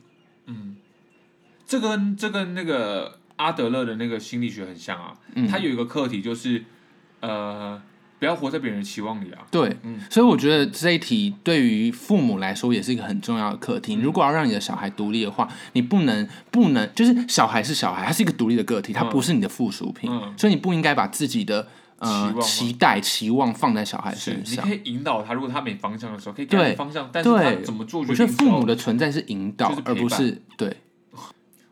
[SPEAKER 1] 这跟这跟那个阿德勒的那个心理学很像啊，
[SPEAKER 2] 嗯
[SPEAKER 1] 他有一个课题就是，呃，不要活在别人的期望里啊。
[SPEAKER 2] 对，所以我觉得这一题对于父母来说也是一个很重要的课题。如果要让你的小孩独立的话，你不能不能就是小孩是小孩，他是一个独立的个体，他不是你的附属品，
[SPEAKER 1] 嗯
[SPEAKER 2] 所以你不应该把自己的呃
[SPEAKER 1] 期望
[SPEAKER 2] 期待期望放在小孩
[SPEAKER 1] 是，
[SPEAKER 2] 身
[SPEAKER 1] 你
[SPEAKER 2] 上
[SPEAKER 1] 可。以引导他，如果他没方向的时候，可以给他
[SPEAKER 2] 对
[SPEAKER 1] 方向，但是他
[SPEAKER 2] 对，
[SPEAKER 1] 怎么做
[SPEAKER 2] 我
[SPEAKER 1] 决定
[SPEAKER 2] 觉得
[SPEAKER 1] 之
[SPEAKER 2] 父
[SPEAKER 1] 后
[SPEAKER 2] 母的存在是引导，
[SPEAKER 1] 就是陪
[SPEAKER 2] 而
[SPEAKER 1] 伴
[SPEAKER 2] 不是对。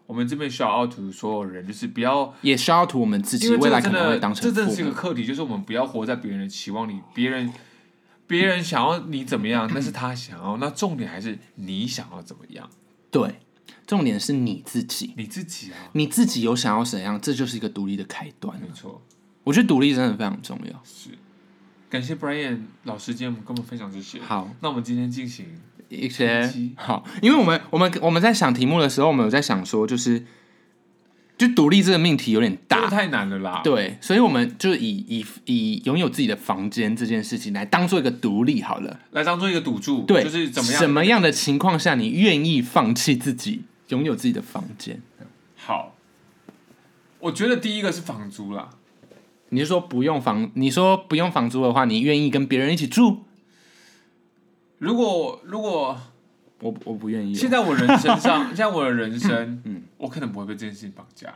[SPEAKER 1] 我们这边 shout out to 所有人，就是不要，
[SPEAKER 2] 也需要图我们自己
[SPEAKER 1] 因为
[SPEAKER 2] 未
[SPEAKER 1] 这
[SPEAKER 2] 来
[SPEAKER 1] 个
[SPEAKER 2] 可
[SPEAKER 1] 真
[SPEAKER 2] 能
[SPEAKER 1] 的
[SPEAKER 2] 会当
[SPEAKER 1] 这
[SPEAKER 2] 成
[SPEAKER 1] 真的
[SPEAKER 2] 父
[SPEAKER 1] 是一个
[SPEAKER 2] 母。
[SPEAKER 1] 课题，就是我们不要活在别人的期望里，别人别人想要你怎么样，那是他想要，那重点还是你想要怎么样，
[SPEAKER 2] 对，重点是你自己，
[SPEAKER 1] 你自己啊，
[SPEAKER 2] 你自己有想要怎样，这就是一个独立的开端。
[SPEAKER 1] 没错，
[SPEAKER 2] 我觉得独立真的非常重要。
[SPEAKER 1] 是。感谢 Brian 老师今天我们跟我们分享这些。
[SPEAKER 2] 好，
[SPEAKER 1] 那我们今天进行
[SPEAKER 2] 一些
[SPEAKER 1] 成绩
[SPEAKER 2] 好，因为我们我们我们在想题目的时候，我们有在想说，就是就独立这个命题有点
[SPEAKER 1] 真的
[SPEAKER 2] 大，
[SPEAKER 1] 太难了啦。
[SPEAKER 2] 对，所以我们就以以以拥有自己的房间这件事情来当做一个独立好了，
[SPEAKER 1] 来当做一个赌注，
[SPEAKER 2] 对，
[SPEAKER 1] 就是怎么
[SPEAKER 2] 什
[SPEAKER 1] 样
[SPEAKER 2] 么样的情况下你愿意放弃自己拥有自己的房间？
[SPEAKER 1] 好。我觉得第一个是房租啦，
[SPEAKER 2] 你是说不用房？你说不用房租的话，你愿意跟别人一起住？
[SPEAKER 1] 如果如果
[SPEAKER 2] 我我不愿意哦、
[SPEAKER 1] 现在我人生 上，现在我的人
[SPEAKER 2] 嗯
[SPEAKER 1] 生，我可能不会被这件事情绑架。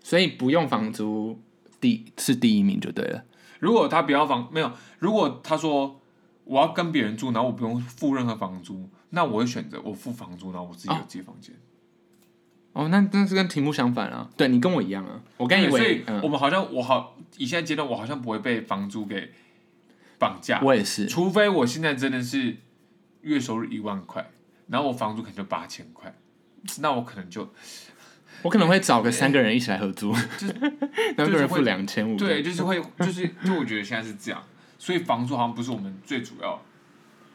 [SPEAKER 2] 所以不用房租第是第一名就对了。
[SPEAKER 1] 如果他不要房，没有，如果他说我要跟别人住，然后我不用付任何房租，那我会选择我付房租，然后我自己有自己的房间。
[SPEAKER 2] 哦，那那是跟题目相反啊。对你跟我一样啊，我跟以
[SPEAKER 1] 对所
[SPEAKER 2] 为
[SPEAKER 1] 以，
[SPEAKER 2] 嗯
[SPEAKER 1] 我们好像我好以现在阶段，我好像不会被房租给绑架，
[SPEAKER 2] 我也是，
[SPEAKER 1] 除非我现在真的是月收入一万块，然后我房租可能就八千块，那我可能就
[SPEAKER 2] 我可能会找个三个人一起来合租， 然后一个人付两千五。
[SPEAKER 1] 对，，就是会就是就我觉得现在是这样，所以房租好像不是我们最主要。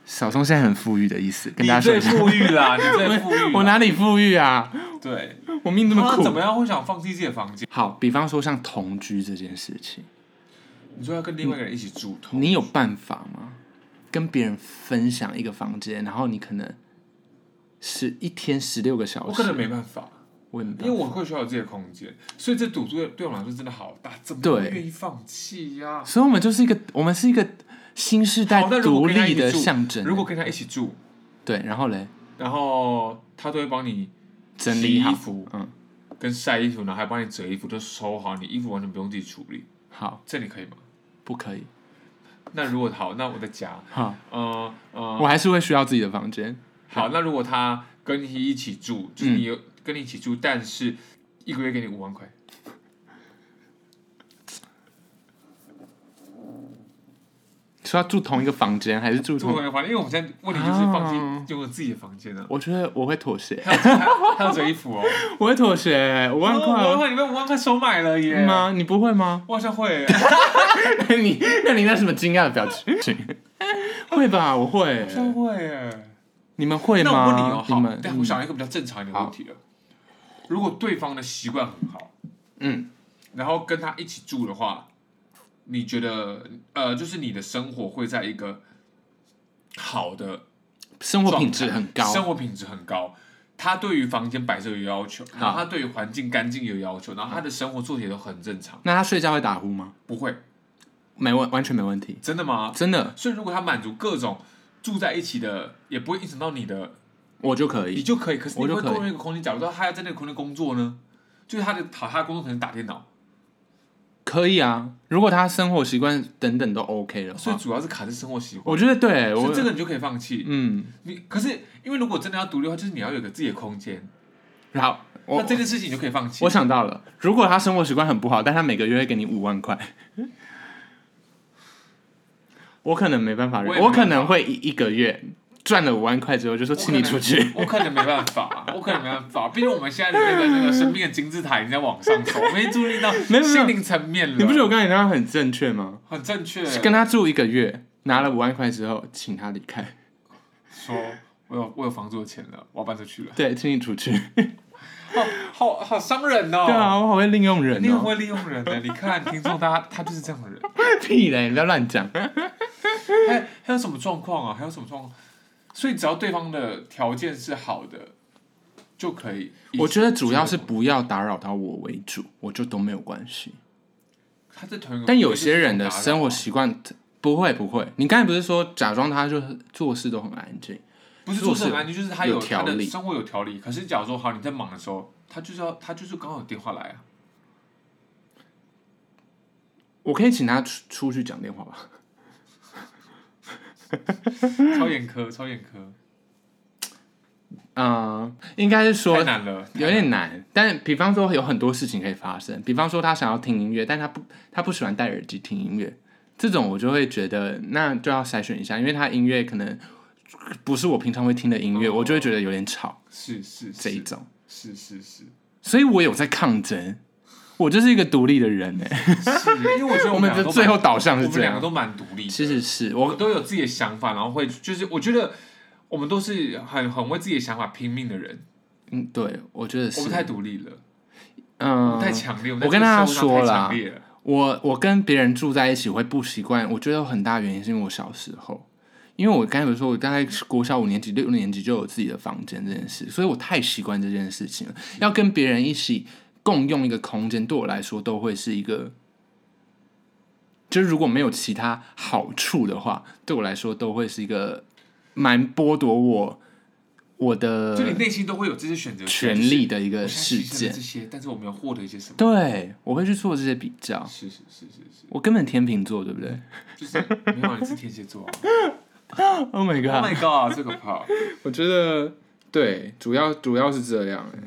[SPEAKER 2] 小松现在很富裕的意思，跟
[SPEAKER 1] 你
[SPEAKER 2] 大家说
[SPEAKER 1] 最
[SPEAKER 2] 一下。
[SPEAKER 1] 富裕 啦，你最富裕啦。
[SPEAKER 2] 我哪里富裕啊？
[SPEAKER 1] 对，
[SPEAKER 2] 我命这么
[SPEAKER 1] 那怎么
[SPEAKER 2] 苦。
[SPEAKER 1] 样会想放弃自己的房间？
[SPEAKER 2] 好，比方说像同居这件事情，
[SPEAKER 1] 你说要跟另外一个人一起住同，
[SPEAKER 2] 你有办法吗？跟别人分享一个房间，然后你可能是一天十六个小时，
[SPEAKER 1] 我可能没办法，
[SPEAKER 2] 我也没
[SPEAKER 1] 因
[SPEAKER 2] 办
[SPEAKER 1] 为
[SPEAKER 2] 法
[SPEAKER 1] 我会需要有自己的空间，所以这赌注对对我来说真的好大，怎么
[SPEAKER 2] 对
[SPEAKER 1] 会愿意放弃呀、
[SPEAKER 2] 所以我们就是一个，我们是一个新时代
[SPEAKER 1] 好那如果
[SPEAKER 2] 独
[SPEAKER 1] 跟他
[SPEAKER 2] 立
[SPEAKER 1] 一起
[SPEAKER 2] 的
[SPEAKER 1] 住
[SPEAKER 2] 象征。
[SPEAKER 1] 如果跟他一起住，
[SPEAKER 2] 对，然后嘞，
[SPEAKER 1] 然后他都会帮你
[SPEAKER 2] 整
[SPEAKER 1] 洗
[SPEAKER 2] 理好
[SPEAKER 1] 衣服，
[SPEAKER 2] 嗯，
[SPEAKER 1] 跟晒衣服，然后还帮你折衣服，都收好，你衣服完全不用自己处理，
[SPEAKER 2] 好，
[SPEAKER 1] 这你可以吗？
[SPEAKER 2] 不可以。
[SPEAKER 1] 那如果好，那我的家，
[SPEAKER 2] 好，
[SPEAKER 1] 嗯嗯，
[SPEAKER 2] 我还是会需要自己的房间。
[SPEAKER 1] 好，那如果他跟你一起住，就是你有跟你一起住，但是一个月给你五万块，
[SPEAKER 2] 说要住同一个房间还是住
[SPEAKER 1] 住
[SPEAKER 2] 同？
[SPEAKER 1] 同一个房间，因为我们现在问题就是放
[SPEAKER 2] 啊
[SPEAKER 1] 进用了自己的房间啊，
[SPEAKER 2] 我觉得我会 妥协，
[SPEAKER 1] 还有折衣服哦，
[SPEAKER 2] 我会妥协，五万
[SPEAKER 1] 哦五万
[SPEAKER 2] 块
[SPEAKER 1] 块，你被五万块收买了耶？
[SPEAKER 2] 吗？你不 会吗？
[SPEAKER 1] 我好像会，
[SPEAKER 2] 你那你那什么惊讶的表情？ 会吧，我会
[SPEAKER 1] 好。像会耶。
[SPEAKER 2] 你们会吗？
[SPEAKER 1] 那我问你哦，
[SPEAKER 2] 你
[SPEAKER 1] 好，
[SPEAKER 2] 们嗯
[SPEAKER 1] 但我想一个比较正常一点的问题了。如果对方的习惯很好，
[SPEAKER 2] 嗯，
[SPEAKER 1] 然后跟他一起住的话，你觉得呃，就是你的生活会在一个好的
[SPEAKER 2] 生活品质
[SPEAKER 1] 状态
[SPEAKER 2] 很高，
[SPEAKER 1] 生活品质很高。他对于房间摆设有要求，然后他对于环境干净有要求，然后他的生活作息都很正常，
[SPEAKER 2] 那他睡觉会打呼吗？
[SPEAKER 1] 不会
[SPEAKER 2] 没问，完全没问题，
[SPEAKER 1] 真的吗？
[SPEAKER 2] 真的，
[SPEAKER 1] 所以如果他满足各种住在一起的，也不会影响到你的，
[SPEAKER 2] 我就可
[SPEAKER 1] 你
[SPEAKER 2] 以。
[SPEAKER 1] 就可以。可是你
[SPEAKER 2] 我就
[SPEAKER 1] 会
[SPEAKER 2] 可以
[SPEAKER 1] 多了一个空间，假如说他要在那个空间工作呢，就是他的好，他的工作可能打电脑，
[SPEAKER 2] 可以啊，如果他生活习惯等等都 OK 的
[SPEAKER 1] 所以
[SPEAKER 2] 话，
[SPEAKER 1] 主要是卡在生活习惯。
[SPEAKER 2] 我觉得对
[SPEAKER 1] 所
[SPEAKER 2] 我
[SPEAKER 1] 以这个你就可以放弃。
[SPEAKER 2] 嗯，
[SPEAKER 1] 你可是因为如果真的要独立的话，就是你要有一个自己的空间，
[SPEAKER 2] 好，我
[SPEAKER 1] 那这件事情你就可以放弃
[SPEAKER 2] 我。想到了，如果他生活习惯很不好，但他每个月会给你五万块， 我可能没办法忍，
[SPEAKER 1] 我
[SPEAKER 2] 我
[SPEAKER 1] 也没办法
[SPEAKER 2] 可能会一一个月赚了五万块之后就说
[SPEAKER 1] 我
[SPEAKER 2] 请
[SPEAKER 1] 可
[SPEAKER 2] 你
[SPEAKER 1] 能
[SPEAKER 2] 出去，
[SPEAKER 1] 我可能没办法， 我可能没办法，毕竟我们现在的那个那个生命的金字塔已经在往上 走，我们已经注意到
[SPEAKER 2] 没有没有
[SPEAKER 1] 心灵层面了。
[SPEAKER 2] 你不觉得我刚才那样很正确吗？
[SPEAKER 1] 很正确？
[SPEAKER 2] 跟他住一个月，拿了五万块之后，请他离 开，
[SPEAKER 1] 说，我有我有房租的钱了，我要搬出去了。
[SPEAKER 2] 对，请你出去，
[SPEAKER 1] 好好好伤人哦！
[SPEAKER 2] 对啊，我好会利用人
[SPEAKER 1] 你很
[SPEAKER 2] 哦，
[SPEAKER 1] 会利用人的，你看听众他他就是这样的人。
[SPEAKER 2] 屁嘞，你不要 乱讲，
[SPEAKER 1] 还还有什么状况啊？还有什么状况？所以只要对方的条件是好的，就可以。
[SPEAKER 2] 我觉得主要是不要打扰到我为主，我就都没有关系。
[SPEAKER 1] 他在同一个，啊
[SPEAKER 2] 但有些人的
[SPEAKER 1] 就是
[SPEAKER 2] 生活习惯不会不会，你刚才不是说假装他就是做事都很安静？
[SPEAKER 1] 不是
[SPEAKER 2] 做
[SPEAKER 1] 做
[SPEAKER 2] 事
[SPEAKER 1] 事很安静，就是他
[SPEAKER 2] 有
[SPEAKER 1] 有
[SPEAKER 2] 条
[SPEAKER 1] 他的
[SPEAKER 2] 理
[SPEAKER 1] 生活有条理。可是假如说好你在忙的时候，他就是要他就是刚好有电话来 啊，
[SPEAKER 2] 我可以请他出出去讲电话吧？
[SPEAKER 1] 超严苛，超严苛，
[SPEAKER 2] 嗯、应该是说
[SPEAKER 1] 太难了，
[SPEAKER 2] 有点难，但比方说有很多事情可以发生，比方说他想要听音乐，但他不他不喜欢戴耳机听音乐，这种我就会觉得那就要筛选一下，因为他音乐可能不是我平常会听的音乐，
[SPEAKER 1] 哦
[SPEAKER 2] 我就会觉得有点吵
[SPEAKER 1] 是是
[SPEAKER 2] 这一
[SPEAKER 1] 是
[SPEAKER 2] 种，
[SPEAKER 1] 是是是
[SPEAKER 2] 所以我有在抗争，我就是一个独立的人哎、
[SPEAKER 1] 是，因为我觉得
[SPEAKER 2] 我
[SPEAKER 1] 们
[SPEAKER 2] 们
[SPEAKER 1] 两个
[SPEAKER 2] 的
[SPEAKER 1] 都
[SPEAKER 2] 最后
[SPEAKER 1] 蛮
[SPEAKER 2] 导向
[SPEAKER 1] 我
[SPEAKER 2] 是
[SPEAKER 1] 们
[SPEAKER 2] 这
[SPEAKER 1] 两个
[SPEAKER 2] 样，
[SPEAKER 1] 都蛮独立的，
[SPEAKER 2] 其实是
[SPEAKER 1] 我
[SPEAKER 2] 我
[SPEAKER 1] 们都有自己的想法，然后会就是我觉得我们都是很很为自己的想法拼命的人，
[SPEAKER 2] 嗯，对，我觉得是
[SPEAKER 1] 我们太独立了，我
[SPEAKER 2] 嗯
[SPEAKER 1] 们，太强烈，
[SPEAKER 2] 我跟大家
[SPEAKER 1] 说
[SPEAKER 2] 说啦
[SPEAKER 1] 强烈了，
[SPEAKER 2] 我我跟别人住在一起会不习惯，我觉得有很大原因是因为我小时候，因为我刚才有说，我大概国小五年级、六年级就有自己的房间这件事，所以我太习惯这件事情了。要跟别人一起共用一个空间，对我来说都会是一个，就是如果没有其他好处的话，对我来说都会是一个蛮剥夺我我的
[SPEAKER 1] 就你内心都会有这些选择
[SPEAKER 2] 权
[SPEAKER 1] 就是
[SPEAKER 2] 利的一
[SPEAKER 1] 我
[SPEAKER 2] 个
[SPEAKER 1] 现
[SPEAKER 2] 事
[SPEAKER 1] 在牺牲了
[SPEAKER 2] 件
[SPEAKER 1] 这。些，但是我们要获得一些什么？
[SPEAKER 2] 对，我会去做这些比较。
[SPEAKER 1] 是是是是
[SPEAKER 2] 我根本天秤座，对不对
[SPEAKER 1] 是，就是没有人是天蝎座啊
[SPEAKER 2] ？Oh my
[SPEAKER 1] ！Oh my god，这个怕。
[SPEAKER 2] 我觉得对，主要主要是这样、欸。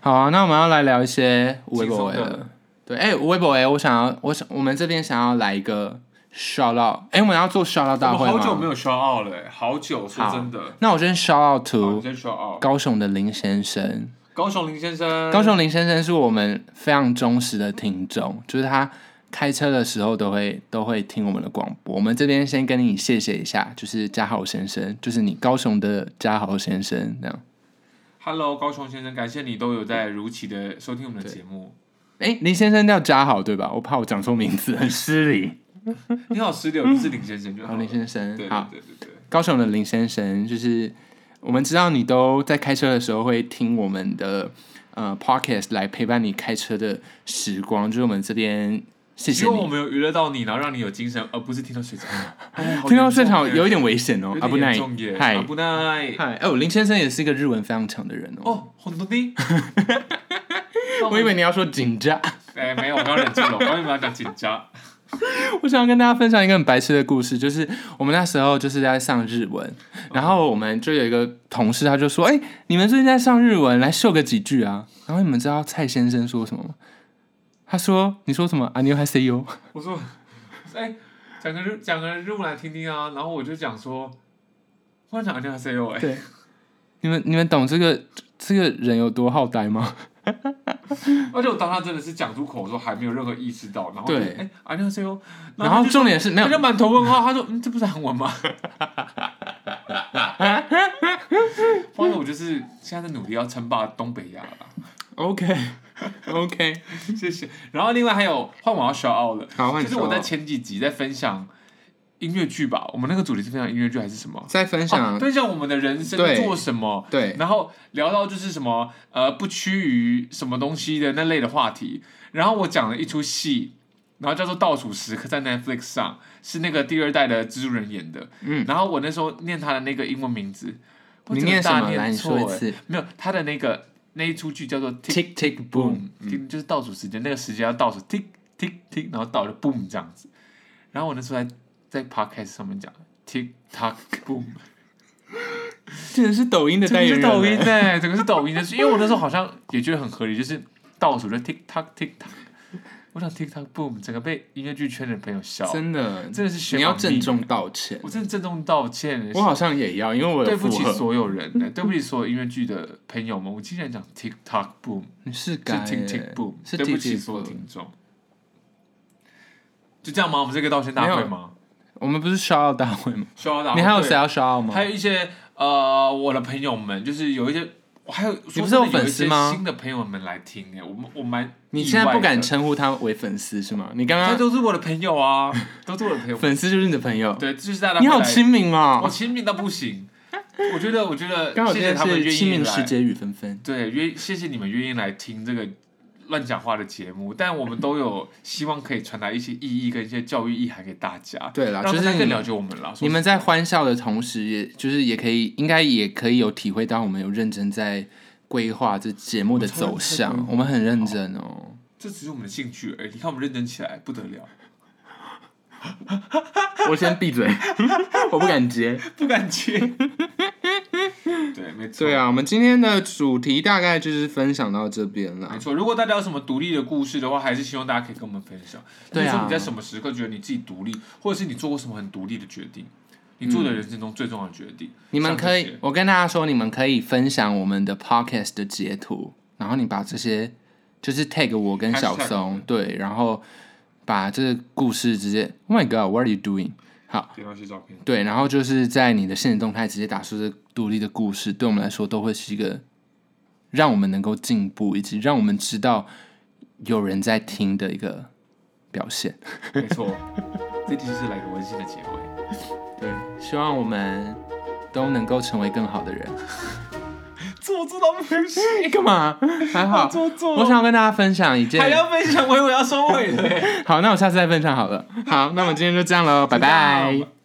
[SPEAKER 2] 好啊，那我们要来聊一些微
[SPEAKER 1] 轻
[SPEAKER 2] 博
[SPEAKER 1] 松
[SPEAKER 2] 了
[SPEAKER 1] 的。
[SPEAKER 2] 对，哎、微博哎，我想要，我想我们这边想要来一个 shout out，哎、我们要做 shout out 大
[SPEAKER 1] 我
[SPEAKER 2] 会
[SPEAKER 1] 们好久没
[SPEAKER 2] 吗？
[SPEAKER 1] 有 shout out 了、欸，好久，说
[SPEAKER 2] 好
[SPEAKER 1] 真的。
[SPEAKER 2] 那我先 shout out
[SPEAKER 1] 好，你
[SPEAKER 2] to
[SPEAKER 1] 在 shout out。
[SPEAKER 2] 高雄的林先生。
[SPEAKER 1] 高雄林先生，
[SPEAKER 2] 高雄林先生是我们非常忠实的听众，就是他开车的时候都会都会听我们的广播。我们这边先跟你谢谢一下，就是嘉豪先生，就是你高雄的嘉豪先生这样。
[SPEAKER 1] ，Hello，高雄先生，感谢你都有在如期的收听我们的节目。
[SPEAKER 2] 哎，林先生叫嘉豪对吧？我怕我讲错名字，很失 礼。
[SPEAKER 1] 你好，石榴，就是林先生就好
[SPEAKER 2] 好，
[SPEAKER 1] 了。
[SPEAKER 2] 林先
[SPEAKER 1] 哦对
[SPEAKER 2] 生，
[SPEAKER 1] 对
[SPEAKER 2] 好，
[SPEAKER 1] 对对对，
[SPEAKER 2] 高雄的林先生，就是我们知道你都在开车的时候会听我们的呃 podcast 来陪伴你开车的时光，就是我们这边谢
[SPEAKER 1] 希
[SPEAKER 2] 谢
[SPEAKER 1] 望我
[SPEAKER 2] 你。
[SPEAKER 1] 们有娱乐到你，然后让你有精神，而不是听到睡 着。哎好
[SPEAKER 2] 听到
[SPEAKER 1] 严
[SPEAKER 2] 现
[SPEAKER 1] 重
[SPEAKER 2] 场
[SPEAKER 1] 耶
[SPEAKER 2] 有一点危险哦，
[SPEAKER 1] 有
[SPEAKER 2] 阿
[SPEAKER 1] 点
[SPEAKER 2] 布奈
[SPEAKER 1] 严重耶，，
[SPEAKER 2] 嗨
[SPEAKER 1] 阿布奈，
[SPEAKER 2] 嗨，哦，林先生也是一个日文非常强的人哦。
[SPEAKER 1] 哦，红豆丁。
[SPEAKER 2] 我以为你要说紧张，
[SPEAKER 1] 哎，没有，我刚刚忍住了，我刚刚有没有讲紧张？
[SPEAKER 2] 我想要跟大家分享一个很白痴的故事，就是我们那时候就是在上日文，
[SPEAKER 1] 哦
[SPEAKER 2] 然后我们就有一个同事，他就说：“哎、你们最近在上日文，来秀个几句啊。”然后你们知道蔡先生说什么吗？他说：“你说什么？啊，你还 say you？
[SPEAKER 1] 我说，哎、讲个日讲个日文来听听啊。然后我就讲说，我讲 a n s a y 哎，
[SPEAKER 2] 对，你们你们懂这个这个人有多好呆吗？
[SPEAKER 1] 而且我当他真的是讲出口的时候，还没有任何意识到。然后就
[SPEAKER 2] 对
[SPEAKER 1] 哎 a n s a y
[SPEAKER 2] 然后重点是没有
[SPEAKER 1] 他就满头问号，他说：“嗯，这不是韩文 吗？”发现我就是现在在努力要称霸东北亚了，
[SPEAKER 2] ，OK OK，
[SPEAKER 1] 谢谢。然后另外还有换我要 shout out 了，
[SPEAKER 2] 好，换
[SPEAKER 1] 就
[SPEAKER 2] 你
[SPEAKER 1] 是
[SPEAKER 2] 说
[SPEAKER 1] 我在前几集在分享音乐剧吧，我们那个主题是分享音乐剧还是什么？
[SPEAKER 2] 再分享、
[SPEAKER 1] 啊分享我们的人生
[SPEAKER 2] 对
[SPEAKER 1] 做什么，
[SPEAKER 2] 对
[SPEAKER 1] 然后聊到就是什么呃不趋于什么东西的那类的话题，然后我讲了一出戏，然后叫做《倒数时刻》在 Netflix 上，是那个第二代的蜘蛛人演的，
[SPEAKER 2] 嗯，
[SPEAKER 1] 然后我那时候念他的那个英文名字，我
[SPEAKER 2] 你
[SPEAKER 1] 整个
[SPEAKER 2] 念什
[SPEAKER 1] 大
[SPEAKER 2] 么来？你
[SPEAKER 1] 错
[SPEAKER 2] 说一
[SPEAKER 1] 欸
[SPEAKER 2] 次。
[SPEAKER 1] 没有他的那个那一出剧叫做 Tick
[SPEAKER 2] 哎 Tick tick boom，嗯
[SPEAKER 1] Boom，就是倒数时间，那个时间要倒数 tick tick tick，然后倒着 boom 这样子。然后我那时候在在 podcast 上面讲 tick tock boom，
[SPEAKER 2] 这个是抖音的
[SPEAKER 1] 这
[SPEAKER 2] 代
[SPEAKER 1] 个
[SPEAKER 2] 言
[SPEAKER 1] 是
[SPEAKER 2] 人，啊
[SPEAKER 1] 抖音哎、整个是抖音的，因为我那时候好像也觉得很合理，就是倒数就 tick tock tick tock，我想 tick tock boom，整个被音乐剧圈的朋友笑，
[SPEAKER 2] 真的，
[SPEAKER 1] 真的是学
[SPEAKER 2] 你要
[SPEAKER 1] 王力
[SPEAKER 2] 郑重道歉。
[SPEAKER 1] 我真的郑重道歉，
[SPEAKER 2] 我好像也要，因为我有
[SPEAKER 1] 对不起
[SPEAKER 2] 附和
[SPEAKER 1] 所有人、哎对不起所有音乐剧的朋友们，我竟然讲 tick tock boom。
[SPEAKER 2] 你是
[SPEAKER 1] 是
[SPEAKER 2] 该
[SPEAKER 1] Tick Tick Boom，
[SPEAKER 2] 是
[SPEAKER 1] 对
[SPEAKER 2] tick
[SPEAKER 1] 不起
[SPEAKER 2] tick
[SPEAKER 1] 所有
[SPEAKER 2] boom。
[SPEAKER 1] 听众。就这样吗？我们是一个道歉大
[SPEAKER 2] 没
[SPEAKER 1] 会
[SPEAKER 2] 有
[SPEAKER 1] 吗？
[SPEAKER 2] 我们不是 shout out 大会吗？
[SPEAKER 1] 需要大会。
[SPEAKER 2] 哦啊你还有谁
[SPEAKER 1] 对？
[SPEAKER 2] 要 shout out 吗
[SPEAKER 1] 还？有一些呃，我的朋友们，就是有一些，我还有
[SPEAKER 2] 你
[SPEAKER 1] 说
[SPEAKER 2] 不
[SPEAKER 1] 真
[SPEAKER 2] 是
[SPEAKER 1] 的有
[SPEAKER 2] 有
[SPEAKER 1] 一些
[SPEAKER 2] 粉丝吗
[SPEAKER 1] 新的朋友们来听哎，我们我蛮
[SPEAKER 2] 你现在不
[SPEAKER 1] 意外
[SPEAKER 2] 敢
[SPEAKER 1] 的，
[SPEAKER 2] 称呼他为粉丝是吗？你刚
[SPEAKER 1] 这
[SPEAKER 2] 刚
[SPEAKER 1] 都是我的朋友啊，都是我的朋友。
[SPEAKER 2] 粉丝就是你的朋友，
[SPEAKER 1] 对，就是大家
[SPEAKER 2] 你好
[SPEAKER 1] 会来，
[SPEAKER 2] 亲民
[SPEAKER 1] 我
[SPEAKER 2] 哦。
[SPEAKER 1] 亲民到不行。我觉得，我觉得
[SPEAKER 2] 刚好
[SPEAKER 1] 谢
[SPEAKER 2] 今
[SPEAKER 1] 谢
[SPEAKER 2] 天
[SPEAKER 1] 他们
[SPEAKER 2] 是
[SPEAKER 1] 愿
[SPEAKER 2] 亲
[SPEAKER 1] 意
[SPEAKER 2] 民
[SPEAKER 1] 来
[SPEAKER 2] 时。节雨纷纷，
[SPEAKER 1] 对，愿谢谢你们愿意来听这个乱讲话的节目，但我们都有 希望可以传达一些意义跟一些教育意涵给大家，
[SPEAKER 2] 对啦
[SPEAKER 1] 让
[SPEAKER 2] 就是
[SPEAKER 1] 大家更
[SPEAKER 2] 你
[SPEAKER 1] 了解我们了。说
[SPEAKER 2] 你们在欢笑的同时，也就是也可以，应该也可以有体会到我们有认真在规划这节目的
[SPEAKER 1] 我超认
[SPEAKER 2] 走
[SPEAKER 1] 真
[SPEAKER 2] 向
[SPEAKER 1] 规，
[SPEAKER 2] 我们很认真哦。
[SPEAKER 1] 这只是我们的兴趣而已，你看我们认真起来不得了，
[SPEAKER 2] 我先闭嘴， 我不敢接。
[SPEAKER 1] 不敢接。对，没错，
[SPEAKER 2] 对啊，我们今天的主题大概就是分享到这边
[SPEAKER 1] 没
[SPEAKER 2] 了。
[SPEAKER 1] 错。如果大家有什么独立的故事的话，还是希望大家可以跟我们分享。
[SPEAKER 2] 对啊
[SPEAKER 1] 比如说你在什么时刻觉得你自己独立，或者是你做过什么很独立的决定，你做的人生中最重要的决定。
[SPEAKER 2] 嗯你们
[SPEAKER 1] 像这
[SPEAKER 2] 可
[SPEAKER 1] 些
[SPEAKER 2] 以，我跟大家说，你们可以分享我们的 podcast 的截图，然后你把这些就是 tag 我跟小
[SPEAKER 1] Hashtag
[SPEAKER 2] 松，对，然后把这个故事直接，Oh my God，what are you doing？好，
[SPEAKER 1] 给到一些照片。
[SPEAKER 2] 对，然后就是在你的现实动态直接打出这独立的故事，对我们来说都会是一个让我们能够进步，以及让我们知道有人在听的一个表现。
[SPEAKER 1] 没 错，这就是来个温馨的结尾。
[SPEAKER 2] 对，希望我们都能够成为更好的人。
[SPEAKER 1] 这我做到不行，
[SPEAKER 2] 干 嘛？还好，
[SPEAKER 1] 做做
[SPEAKER 2] 我想要跟大家分享一件
[SPEAKER 1] 还。要分享，我以为要收尾了。
[SPEAKER 2] 好，那我下次再分享好了。好，那我们今天就这样喽，拜拜
[SPEAKER 1] 就这样。